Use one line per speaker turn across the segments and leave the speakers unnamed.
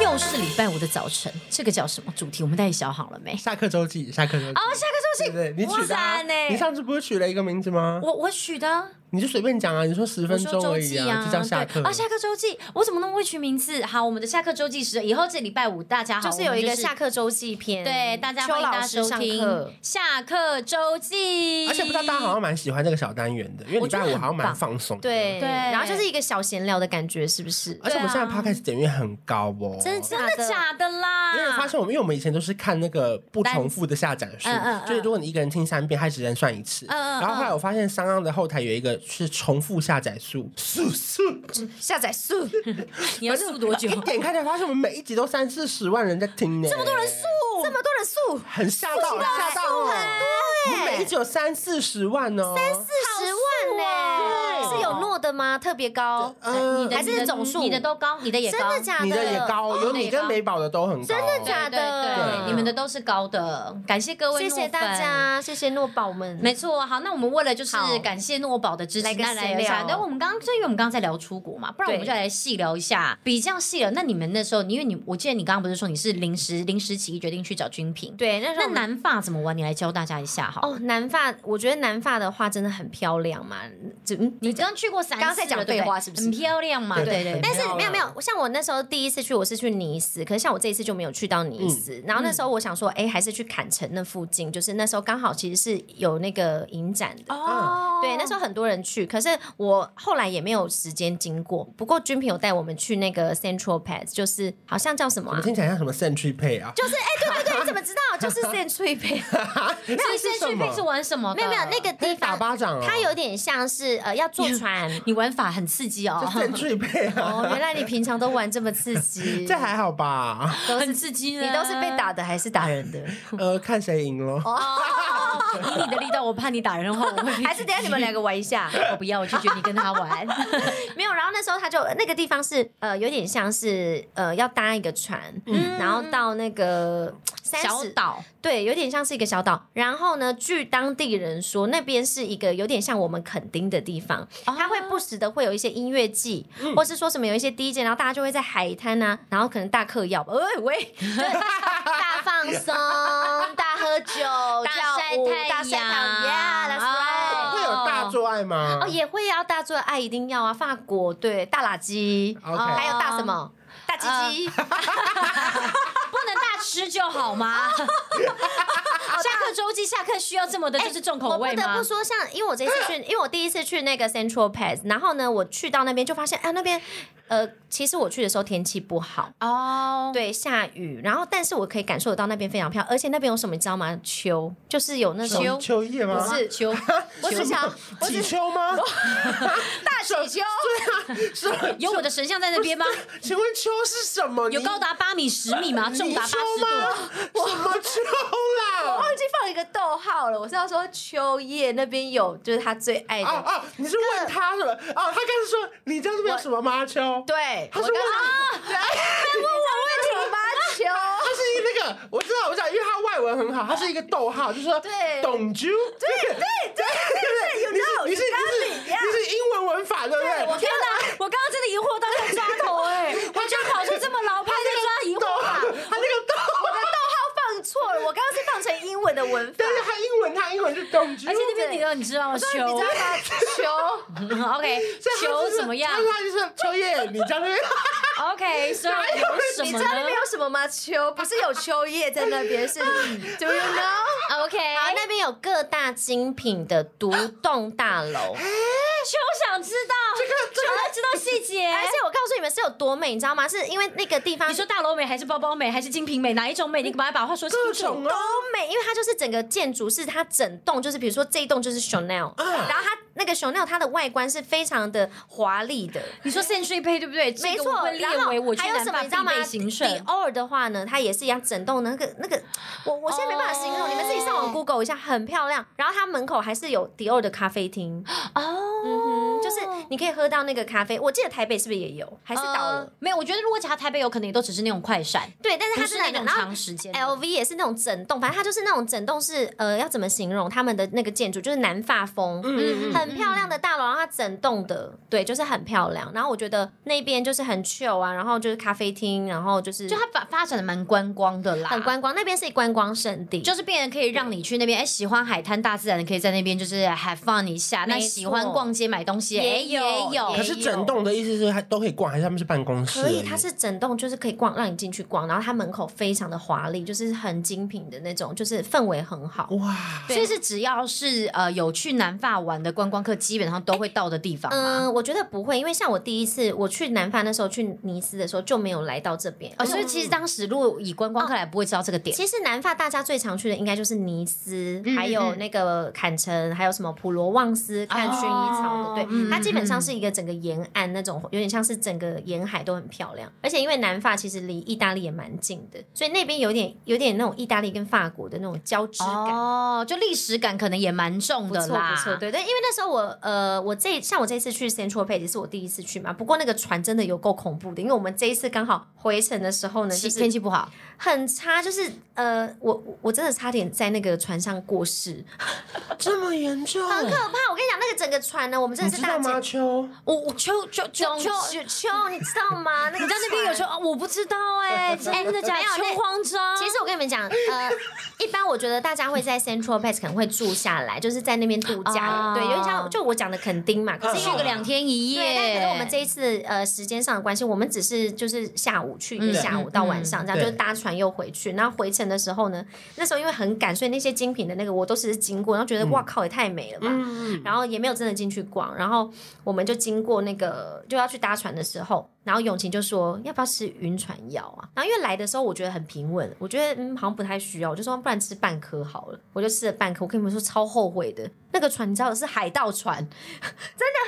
又是礼拜五的早晨，这个叫什么主题？我们到底想好了没？
下课周记，下课周记。
哦，下
对
个周期
不对？你取的啊、
哇塞
你上次不是取了一个名字吗？
我我取的，
你就随便讲啊，你说十
我
分
说
钟
周
而已
记啊，
就叫下课。
对啊，下课周记，我怎么那么会取名字？好，我们的下课周记是以后这礼拜五大家好，
就是有一
我
个
们
下课周记篇，
对大家
邱
欢迎大
老
家
师
收
上
听
课。
下课周记，
而且不知道大家好像蛮喜欢这个小单元的，因为礼
我觉
拜
得
五
很
好像蛮
棒
放松。，
对，啊
对啊
然后就是一个小闲聊的感觉，是不 是？
而且我们现在 podcast 点阅很高哦，
真
真的假的啦？
因为我发现我们，因为我们以前都是看那个不重复的下载数，
单嗯嗯嗯
就是如果你一个人听三遍，它只能算一次。
嗯嗯嗯
然后后来我发现商鞅的后台有一个是重复下载数，数数，
下载速，
你要录多久
一？点开才发现我们每一集都三四十万人在听呢，这么多人数，
这么多人速，
很吓到，吓到哦，我们每一集有三四十万哦，
四十万呢，是有诺的吗？特别高，
呃
哎你的
还
你
是
的
总数？
你的都高，你的也
真
高，
的假的？
你的也高，有你跟美宝的都很高，真的
真的假
对对
的？
对，你们的都是高的，感谢各位，
谢谢大。家，谢谢诺宝们。
没错，好，那我们为了就是
好
感谢诺宝的支持，
来个
那来
闲
一下。
聊
那我们刚刚，就因为我们刚刚在聊出国嘛，不然我们
对
就来细聊一下，比较细了。那你们那时候，因为你，我记得你刚刚不是说你是临时临时起意决定去找军品，。
对，那时候
那
我们
南发怎么玩？你来教大家一下好了。
哦，南发，我觉得南发的话真的很漂亮嘛，就嗯
你刚去过三次了，
刚刚在讲
对
废话
对
是不是
很漂亮嘛，
对
对对。
但是
没有啦
没有没有，像我那时候第一次去，我是去尼斯，可是像我这一次就没有去到
嗯
尼斯。然后那时候我想说，哎、还是去坎城那附近，就是那时候刚好其实是有那个影展的。
哦
对，那时候很多人去，可是我后来也没有时间经过。不过君平有带我们去那个 Central Pass，就是好像叫什么、
我
啊
们？听起来像什么 Century Pay 啊？
就是哎、对对对，你怎么知道？就是 Central Pass，
没
所以先去配是玩什么的？
没有没有那个地
打
方，
巴掌哦，
它有点像是呃要坐船。
你玩法很刺激哦，
Century Pay 啊，
哦，原来你平常都玩这么刺激，
这还好吧？
都
很
是
刺激呢。
你都是被打的还是打人的？
呃，看谁赢喽。
哦以你的力道，我怕你打人的话，我会
还是等一下你们两个玩 一下？
我不要，我拒绝你跟他玩。
没有，然后那时候他就那个地方是呃，有点像是呃要搭一个船，然后到那个 三
嗯小
十，
岛，
对，有点像是一个小岛。然后呢，据当地人说，那边是一个有点像我们垦丁的地方，
哦
它会不时的会有一些音乐季，
嗯
或是说什么有一些 DJ，然后大家就会在海滩啊，然后可能大嗑药吧，喂 喂，就是大放松，大喝酒，
晒
跳舞
太
大晒
阳
太阳，Yeah，that's right。
哦
会有大做爱吗？
哦，也会要大做爱，一定要啊！法国对大垃圾
OK
还有大什么哦呃大鸡 鸡，
不能大吃就好 吗？下课周记下课需要这么的就是重口
哎我
味
不
吗？
得不说，像因为我这次去， 因为我第一次去那个 Central Pass，然后呢，我去到那边就发现，哎、那边呃，其实我去的时候天气不好，
哦，
对，下雨，然后但是我可以感受得到那边非常漂亮，而且那边有什么你知道吗？秋，就是有那种
秋秋叶吗？
不是秋，
我只想我
起
只
秋吗？
大雪秋，
是吗
有我的神像在那边吗？
请问秋是什么？
有
你
高达八米、十米吗？重达八
泥
十
鳅
度。
吗？什么秋啦？
忘记放一个逗号了，我是要说秋叶那边有，就是他最爱
啊
的，
啊！你是问他什么？啊，他刚才说你知道这边有什么吗？秋，
对，
他
我
是
刚
问
刚。
问题吗？秋，他是一那个，我知道，我知道，因为他外文很好，他是一个逗号，就是说
对
懂 you，对对对对对，你是你是你是你是英文文法对不对？
我天哪！我刚刚真的疑惑到在抓头 哎，我居然跑出这么老派在抓疑
逗，
惑啊
他
法。
那个逗，
号放错了，我刚刚是放成英文的文法
但是他英文他英文是懂 you，
而且那边你都你知道吗？
你知
球
道吗？球，
，OK，球怎么样
他他就是秋叶，你家那边
？OK，所以有什
你
么
知道那边
呢
有什么吗？球不是有秋叶在那边，是 Do you know？哎
？OK，
好，那边有各大精品的独栋大楼，
球想知道，这个球想知道细节。
而且我告诉你们是有多美，你知道吗？是因为那个地方
你说大楼美还是包包美还是精品美，哪一种美？你赶快把话说清
各
楚
种。啊，
美，因为它就是整个建筑是它整栋，就是比如说这一栋就是 Chanel，、然后它那个 Chanel 它的外观是非常的华丽的，
你说 Century 配对不对？
没
这
错
个我会。列
然后
为我去
还有
南
什么
法
你知道
必
吗
备行程。
？Dior 的话呢，它也是一样，整栋的那个那个，我我现在没办法形容，
哦
你们自己上网 Google 一下，很漂亮。然后它门口还是有 Dior 的咖啡厅，
哦
嗯，就是你可以喝到那个咖啡。我记得台北是不是也有？还是倒了？
呃没有，我觉得如果假台北有可能也都只是那种快闪，
对，但是
不
它
是
真的
那种
然后
长时间的。
LV 也是那种整栋，反正它就是那种整栋是呃，要怎么形容他们的那个建筑，就是南法风，
嗯嗯嗯，
很漂亮的大楼，然后它整栋的，对，就是很漂亮。然后我觉得那边就是很 chill 啊，然后就是咖啡厅，然后就是
就它发发展的蛮观光的啦，
很观光，那边是观光胜地，
就是变成可以让你去那边，哎，喜欢海滩大自然，可以在那边就是 have fun 一下。
没
那
错
喜欢逛街买东西，哎
也有
也有。
可是整栋的意思是它都可以逛，还是他们是办公室而
可
已？
以，它是整栋就是可以逛，让你进去逛，然后它门口非常的华丽，就是很精品的那种，就是氛围很好。
哇，
所以是只要是呃有去南法玩的观光客，基本上都会到的地方嘛。
嗯，我觉得不会，因为像我第一次我去南法那时候去尼斯的时候就没有来到这边，
哦，所以其
嗯
实当时如果以观光客来，不会知道这个点。
其实南法大家最常去的应该就是尼斯，
嗯
还有那个坎城，还有什么普罗旺斯看薰衣草的，
哦
对，
嗯
它基本上是一个整个沿岸那种，有点像是整个沿海都很漂亮。而且因为南法其实离意大利也蛮近的，所以那边有点有点那种意大利跟法国的那种交织感。
哦，就历史感可能也蛮重
不
的
错
啦。
不错，对对，因为那时候我呃，我这像我这次去 Central p a g 是我第一次去嘛，不过那个船真的有够恐怖的，因为我们这一次刚好回程的时候呢，
气
就是
天气不好，
很差，就是呃，我我我真的差点在那个船上过世，
这么严重，
很可怕。我跟你讲，那个整个船呢，我们真
你
的是
知
大
道
姐
吗？秋，
我我就就就
中
就。
秋秋，你知道 吗？那个哦
你知道那边有
船
说啊？我不知道 哎，真的假的？
没有那
秋慌张。
其实我跟你们讲，呃，一般我觉得大家会在 Central Pass 可能会住下来，就是在那边度假
哦
对，有点像就我讲的垦丁嘛，可是
去
因为
个两天一夜，
对，但可能我们这一次呃时间上的关系，我们只是就是下午去一个
嗯
下午到晚上，这样
对
就是搭船又回去。然后回程的时候呢，那时候因为很赶，所以那些精品的那个我都只是经过，然后觉得
嗯
哇靠也太美了吧，
嗯，
然后也没有真的进去逛。然后我们就经过那个就要去搭船的时候，然后永晴就说要不要吃晕船药啊？然后因为来的时候我觉得很平稳，我觉得嗯好像不太需要，我就说不然吃半颗好了，我就吃了半颗。我跟你们说超后悔的，那个船你知道是海盗船。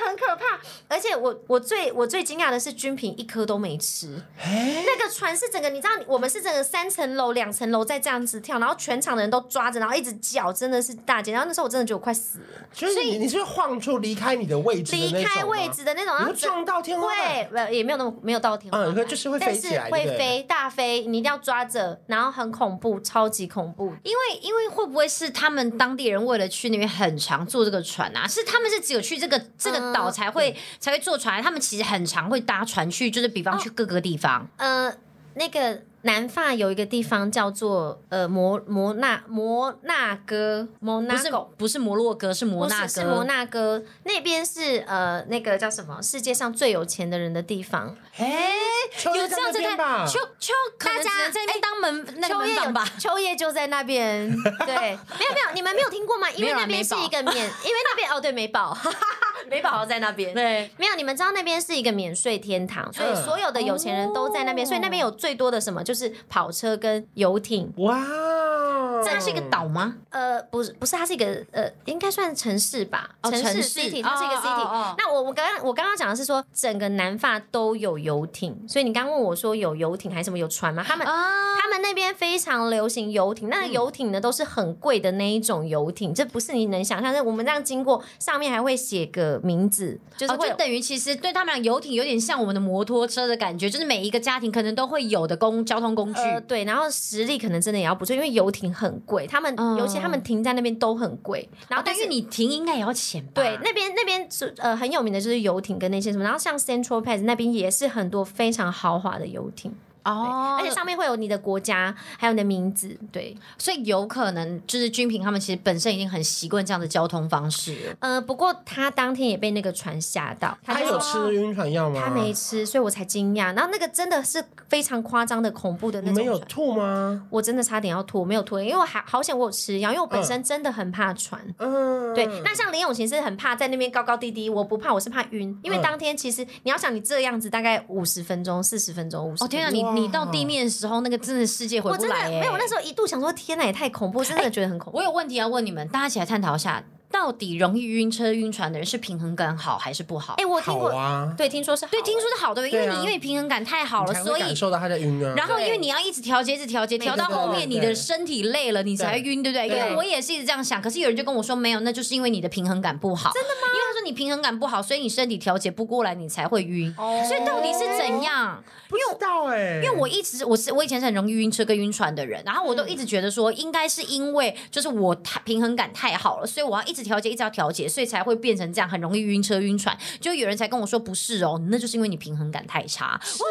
很可怕。而且我我最我最惊讶的是，军品一颗都没吃。
哎，
那个船是整个，你知道，我们是整个三层楼、两层楼在这样子跳，然后全场的人都抓着，然后一直叫，真的是大姐。然后那时候我真的觉得我快死了，
就是你你是晃出离开你的位置的那种
离
吗，
开位置的那种，然
你
后
会
整
撞到天花板，
会呃也没有那么没有到天花
嗯，可
板。
就是会飞
但
起
是
来，
会
对不对，
飞大飞，你一定要抓着，然后很恐怖，超级恐怖。
因为因为会不会是他们当地人为了去那边很常坐这个船啊？是他们是只有去这个这个岛才
嗯
会、才会坐船，他们其实很常会搭船去，就是比
哦
方去各个地方。
呃，那个南法有一个地方叫做呃摩摩纳摩纳哥摩纳
不是
狗，
不是摩洛哥，是摩纳
不是是
哥
摩。纳哥那边是呃那个叫什么世界上最有钱的人的地方。
哎，秋叶
有
在
这样
那
子
边
看
吧，，
秋秋可能
大家
只
哎
能在那边当门那个
秋叶
门
有
挡吧。
秋叶就在那 边，对，没有没有，你们没有听过吗？因
没
为
有啊
那边是
美宝
一个免，因为那边哦对美宝，哈哈哈，美宝在那边，
对，
没有，你们知道那边是一个免税天堂，所以
嗯
所有的有钱人都在那
哦
边，所以那边有最多的什么就是跑车跟游艇，
哇，
这是一个岛吗？
呃，不是，不是，它是一个呃，应该算城市吧，
哦城
市
市
city，它是一个
哦
city。
哦哦
那我我刚刚我刚刚讲的是说，整个南法都有游艇，所以你刚问我说有游艇还是什么有船吗？他们、
啊，
他们那边非常流行游艇，
嗯
那个游艇呢、都是很贵的那一种游艇，这不是你能想象的。我们这样经过，上面还会写个名字，就是
哦，
会
就
有、
等于其实对他们俩游艇有点像我们的摩托车的感觉，就是每一个家庭可能都会有的公交通工具。
呃对，然后实力可能真的也要不错，因为游艇很贵，他们、
嗯
尤其他们停在那边都很贵，然
然
后
后
但
但
是
是你停应该也要钱吧？
对，那边那边是呃很有名的就是游艇跟那些什么，然后像 Central Pass 那边也是很多非常豪华的游艇，对
哦
而且上面会有你的国家，还有你的名字，对，
所以有可能就是军平他们其实本身已经很习惯这样的交通方式了。
呃，不过他当天也被那个船吓到，他
他
就
有
说
吃晕船药吗？
他没。吃，所以我才惊讶。然后那个真的是非常夸张的恐怖的那
你
种
们有
船
吐吗？
我真的差点要吐，我没有吐，因为我还好险我有吃药，因为我本身真的很怕船。
嗯，
对，那像林永晴是很怕在那边高高低低，我不怕，我是怕晕，因为
嗯
当天其实你要想你这样子大概五十分钟、四十分钟、五十。
哦天啊，你你到地面的时候，那个真的世界回
我
不
真的
来、欸。
没有，我那时候一度想说天哪，啊也太恐怖，真
哎
的觉得很恐怖。
我有问题要问你们，大家一起来探讨一下，到底容易晕车、晕船的人是平衡感好还是不好？
哎、我听
好
过，
啊，
对，听说是好
对，听说是好的，因为
对啊
你因为平衡感太好了，
你才会
所以
感受到他在晕啊。
然后因为
对
你要一直调节，一直调节，调到
对对
后
对
面
对
你的身体累了，你才会晕，对不对？因
对
为我也是一直这样想，可是有人就跟我说没有，那就是因为你的平衡感不 好。真的吗？因为他说你平衡感不好，所以你身体调节不过来，你才会晕。
哦
所以到底是怎样？
不知道哎，
因为我一直我是我以前是很容易晕车跟晕船的人，然后我都一直觉得说，应该是因为就是我太平衡感太好了，所以我要一直调节，一直要调节，所以才会变成这样，很容易晕车晕船。就有人才跟我说不是哦，那就是因为你平衡感太差。哦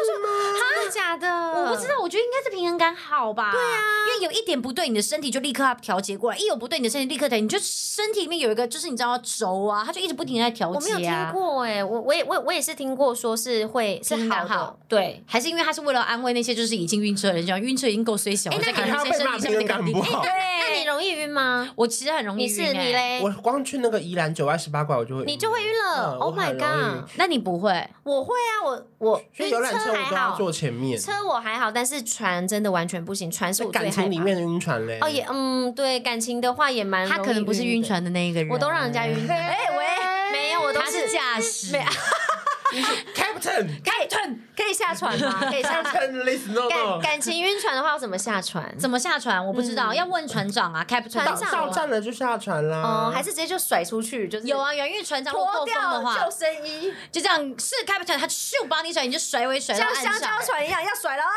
真的假的？
嗯
我不知道，我觉得应该是平衡感好吧？对啊，因为有一点不对，你的身体就立刻要调节过来；一有不对，你的身体立刻调节，你就身体里面有一个就是你知道轴啊，它就一直不停地在调节、啊。
我没有听，过哎、我我也我我也是听过说是会是
平衡感
好的，
好
对。
还是因为他是为了安慰那些就是已经晕车的人，讲晕车已经够衰小了，再给
还
哎你
要
一些
被
身
骂
体上哎面
平衡
的
感
低
不好。
那你容易晕吗？
我其实很容易
你
晕、
是你
欸，
嘞
我，光去那个宜兰九外十八拐，我就会晕，
你就会晕了。
嗯
oh
我
my
很容易晕
god！
那你不会？
我会啊，我我
所以游览车
车
我
还
都要
好，
坐前面。
车我还好，但是船真的完全不行，船是我最
感
害
情里
怕。
面的晕船嘞，
哦，也嗯，对，感情的话也蛮容易
他可能不是晕
的，
船的那一个人，
我都让人家晕。 哎喂，没有，我都
他是驾驶
没 有
Captain
可以可以下船吗？ 可 以 下船。
Captain listen no
感
no，
感情晕船的话，要怎么下船？
怎么下船？我不知道，要问嗯船长啊，Captain
船
到
长
到站了就下船啦，
哦，还是直接就甩出去？就是
有啊，袁玉船长如果
脱
够疯的
掉
话
救，生衣，
就这样是 Captain，他咻把你甩，你就甩尾甩到
像
岸上
香蕉船一样要甩了哦。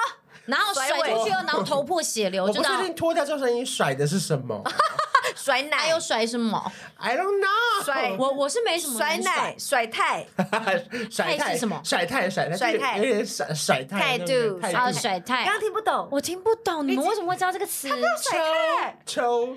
然后甩
甩尾
出去又，然后头破血流，
我
知
不
道
确定脱掉救生衣甩的是什么
甩奶，
还有甩什么？
，I don't know，
甩
我我是没什么
甩
能
奶、甩太，
甩
态
太
是什么
甩太甩太
甩态
有点甩甩
态
太对不
度
对态
啊，
度
甩
刚
太。
刚听不懂。
我听不懂，你们为什么会知道这个词？
甩太，
秋秋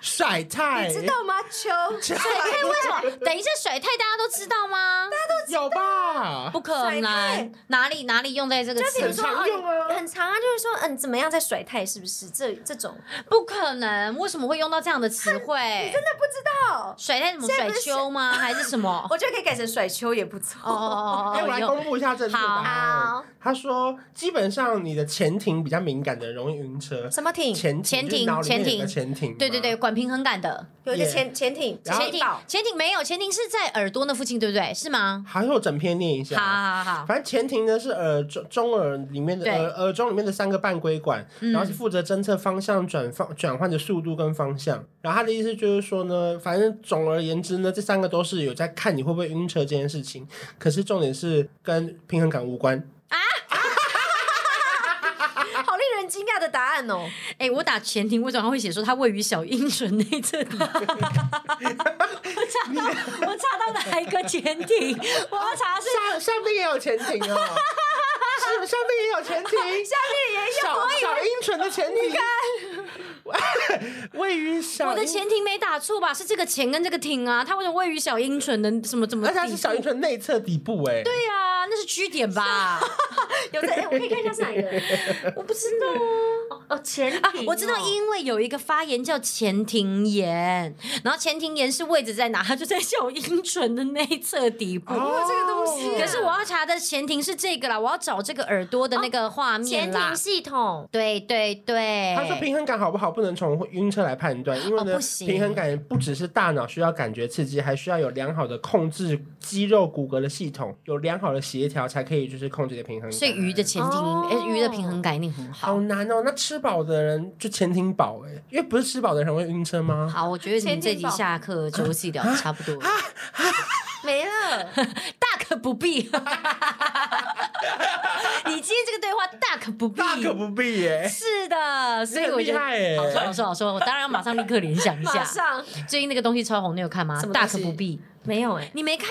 甩太，
你知道 吗？秋
甩
太为什么？等一下，甩太大家都知道吗？
有吧？
不可
甩太
能，哪里哪里用在这个
就比如
很
词？
说
常用啊
哦很长啊，就是说，嗯，怎么样在甩太，是不是？这这种
不可能，为什么会用到这样的词 汇？
真的不知道，
甩太什么
现在
甩
不是
秋吗？还是什么？
我觉得可以改成甩秋也不错。
哦哦哦
哎，我
哦，
来
有
公布一下正确答
好
案
好。
他说，基本上你的前庭比较敏感的，容易晕车。
什么艇？
前
前
庭
庭
就是脑里
前
面有个
庭
前庭，
对对对，，管平衡感的
有一个
也
潜潜艇，
然后
潜
潜
艇
艇，潜艇没有，潜艇是在耳朵那附近，对不对？是吗？
还是啊我整篇念一
好
下。
好好好，
反正前庭呢是耳中中耳里面的
对嗯
耳耳中里面的三个半规管，然后是负责侦测方向转放转换的速度跟方向。然后他的意思就是说呢，反正总而言之呢，这三个都是有在看你会不会晕车这件事情。可是重点是跟平衡感无关。
好令人惊讶的答案哦！
哎、我打前庭，为什么他会写说它位于小阴唇内侧底部？我查到 我查到哪一个前庭？我要查是
上上面也有前庭哦， 是上面也有前庭，
下面也有，
小小阴唇的前庭。 位于小
我的
阴
前庭没打错吧？是这个前跟这个庭啊，它为什么位于小阴唇的什么怎么
而
底部？
且它是小阴唇内侧底部哎、
对啊，那是居点吧？
有在，哎，我可以看一下是哪一个？
我不知道啊。
哦哦，潜艇
啊
哦，
我知道，因为有一个发炎叫前庭炎，然后前庭炎是位置在哪？它就在小阴唇的内侧底部。
哦，
这个东西
可是我要查的前庭是这个啦，我要找这个耳朵的那个画面
潜
啦。
艇系统。
对对对，
他说平衡感好不好，不能从晕车来判断，因为呢，
哦不行
平衡感不只是大脑需要感觉刺激，还需要有良好的控制肌肉骨骼的系统，有良好的协调才可以就是控制你的平衡感。
所以鱼的前庭，
哦
哎、鱼的平衡感一定很好。
好难哦，那吃饱的人就前庭饱哎，因为不是吃饱的人会晕车吗？
嗯好，我觉得你们这集
前庭宝
下 课周记聊的差
啊
不多了，
没了，
大可不必。你今天这个对话大可不必，
大可不必耶。
是的，所以我觉
你很厉害耶
得好说好说好说，我当然要马上立刻联想一
马
下。
上
最近那个东西超红，你有看吗
什？么东
大
西
可不必，
没有哎，
你没看，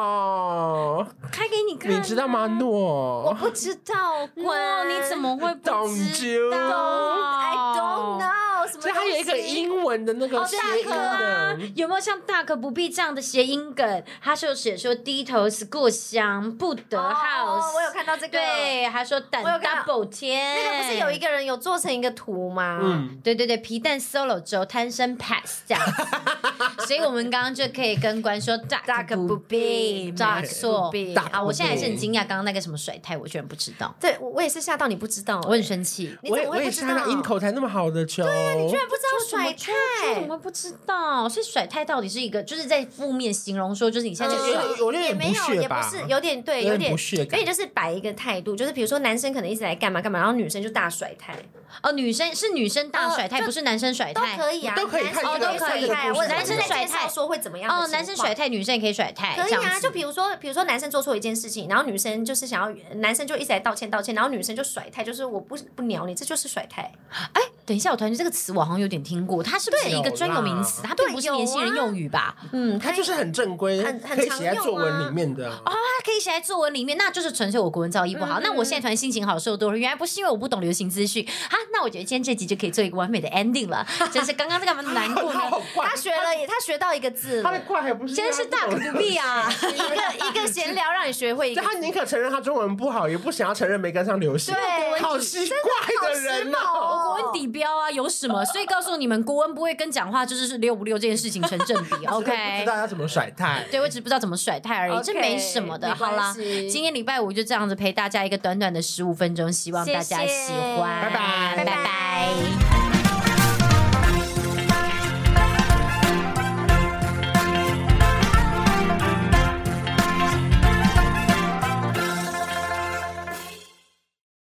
哦，
开给你看，
你知道吗？
我
诺，
不知道，
哇，
滚，
你怎么会不知道
Don't you
I don't know 什么东西？
所以它有一个英文的那个
哦
谐
大
音
可啊
的，，
有没有像“大可不必”这样的谐音梗？他就写说低头 school 想不得
哦
house，、
我有看到这个，
对，还说等
我有看到
double 天，
那个不是有一个人有做成一个图吗？
嗯，
对对对，皮蛋 solo 轴贪生 pass 这样 子，所以我们刚刚就可以跟关说大
大
可
可
不
不
必，
必
大
没
错
不必
大可
啊！我现在也是很
不必
惊讶，刚刚那个什么甩太，我居然不知道，
对，我我也是吓到你不知道，哎
我很生气。
你怎么
我
会
也
不
是
知
他
道？啊
那音口才那么好的球，对呀，你居
不知道甩
我怎
太，
么会不知道？所以甩太到底是一个，就是在负面形容说，就是你现在就
有
甩
点有
也
点
没
不
有，
屑
也不
吧？
是有点对，
有
有
点不屑感
有点就是摆一个态度，就是比如说男生可能一直来干嘛干嘛，然后女生就大甩太
哦，女生是女生大甩太，
呃就
不是男生甩
都
太。
可以啊，
都可以看
男
这个
生也甩
这个
太，
故
我
事
男生
男生甩
在介
太
绍说会怎么样的
哦，
情
男生
况
甩太，女生也可以甩太，
可
这
以
样
啊，
子
就比如说，比如说男生做错一件事情，然后女生就是想要，男生就一直在道歉道歉，然后女生就甩态，就是我不不鸟你，这就是甩态。
哎，等一下，我突然觉得这个词我好像有点听过，它是不是
对
一个专有名词？它并不是年轻人用语吧？
嗯，
它就是很正规，
很很
可以写
常
在
用
作文
啊
里面的啊。
它可以写在作文里面，那就是纯粹我国文造诣不好。
嗯
那我现在突然心情好受多了，原来不是因为我不懂流行资讯啊。那我觉得今天这集就可以做一个完美的 ending 了，真是刚刚这干嘛难过
他
呢
好？怪
他，学了，啊他学到一个字
他
了
的，怪还不是
真是大 可不必啊！
一个一个闲聊让你学会一
对
个字，
他宁可承认他中文不好，也不想要承认没跟上流行。
对
好奇怪的人呐、
好时髦哦
国文底标啊，有什么？所以告诉你们，国文不会跟讲话就是溜不溜这件事情成正比。
不
OK，
知道要怎么甩态。
对，我只是不知道怎么甩太而已，
OK，
这没什么的。
没关
好啦，
系
今天礼拜五就这样子陪大家一个短短的十五分钟，希望大家
谢
喜
谢
欢，
拜拜
拜
拜
拜
拜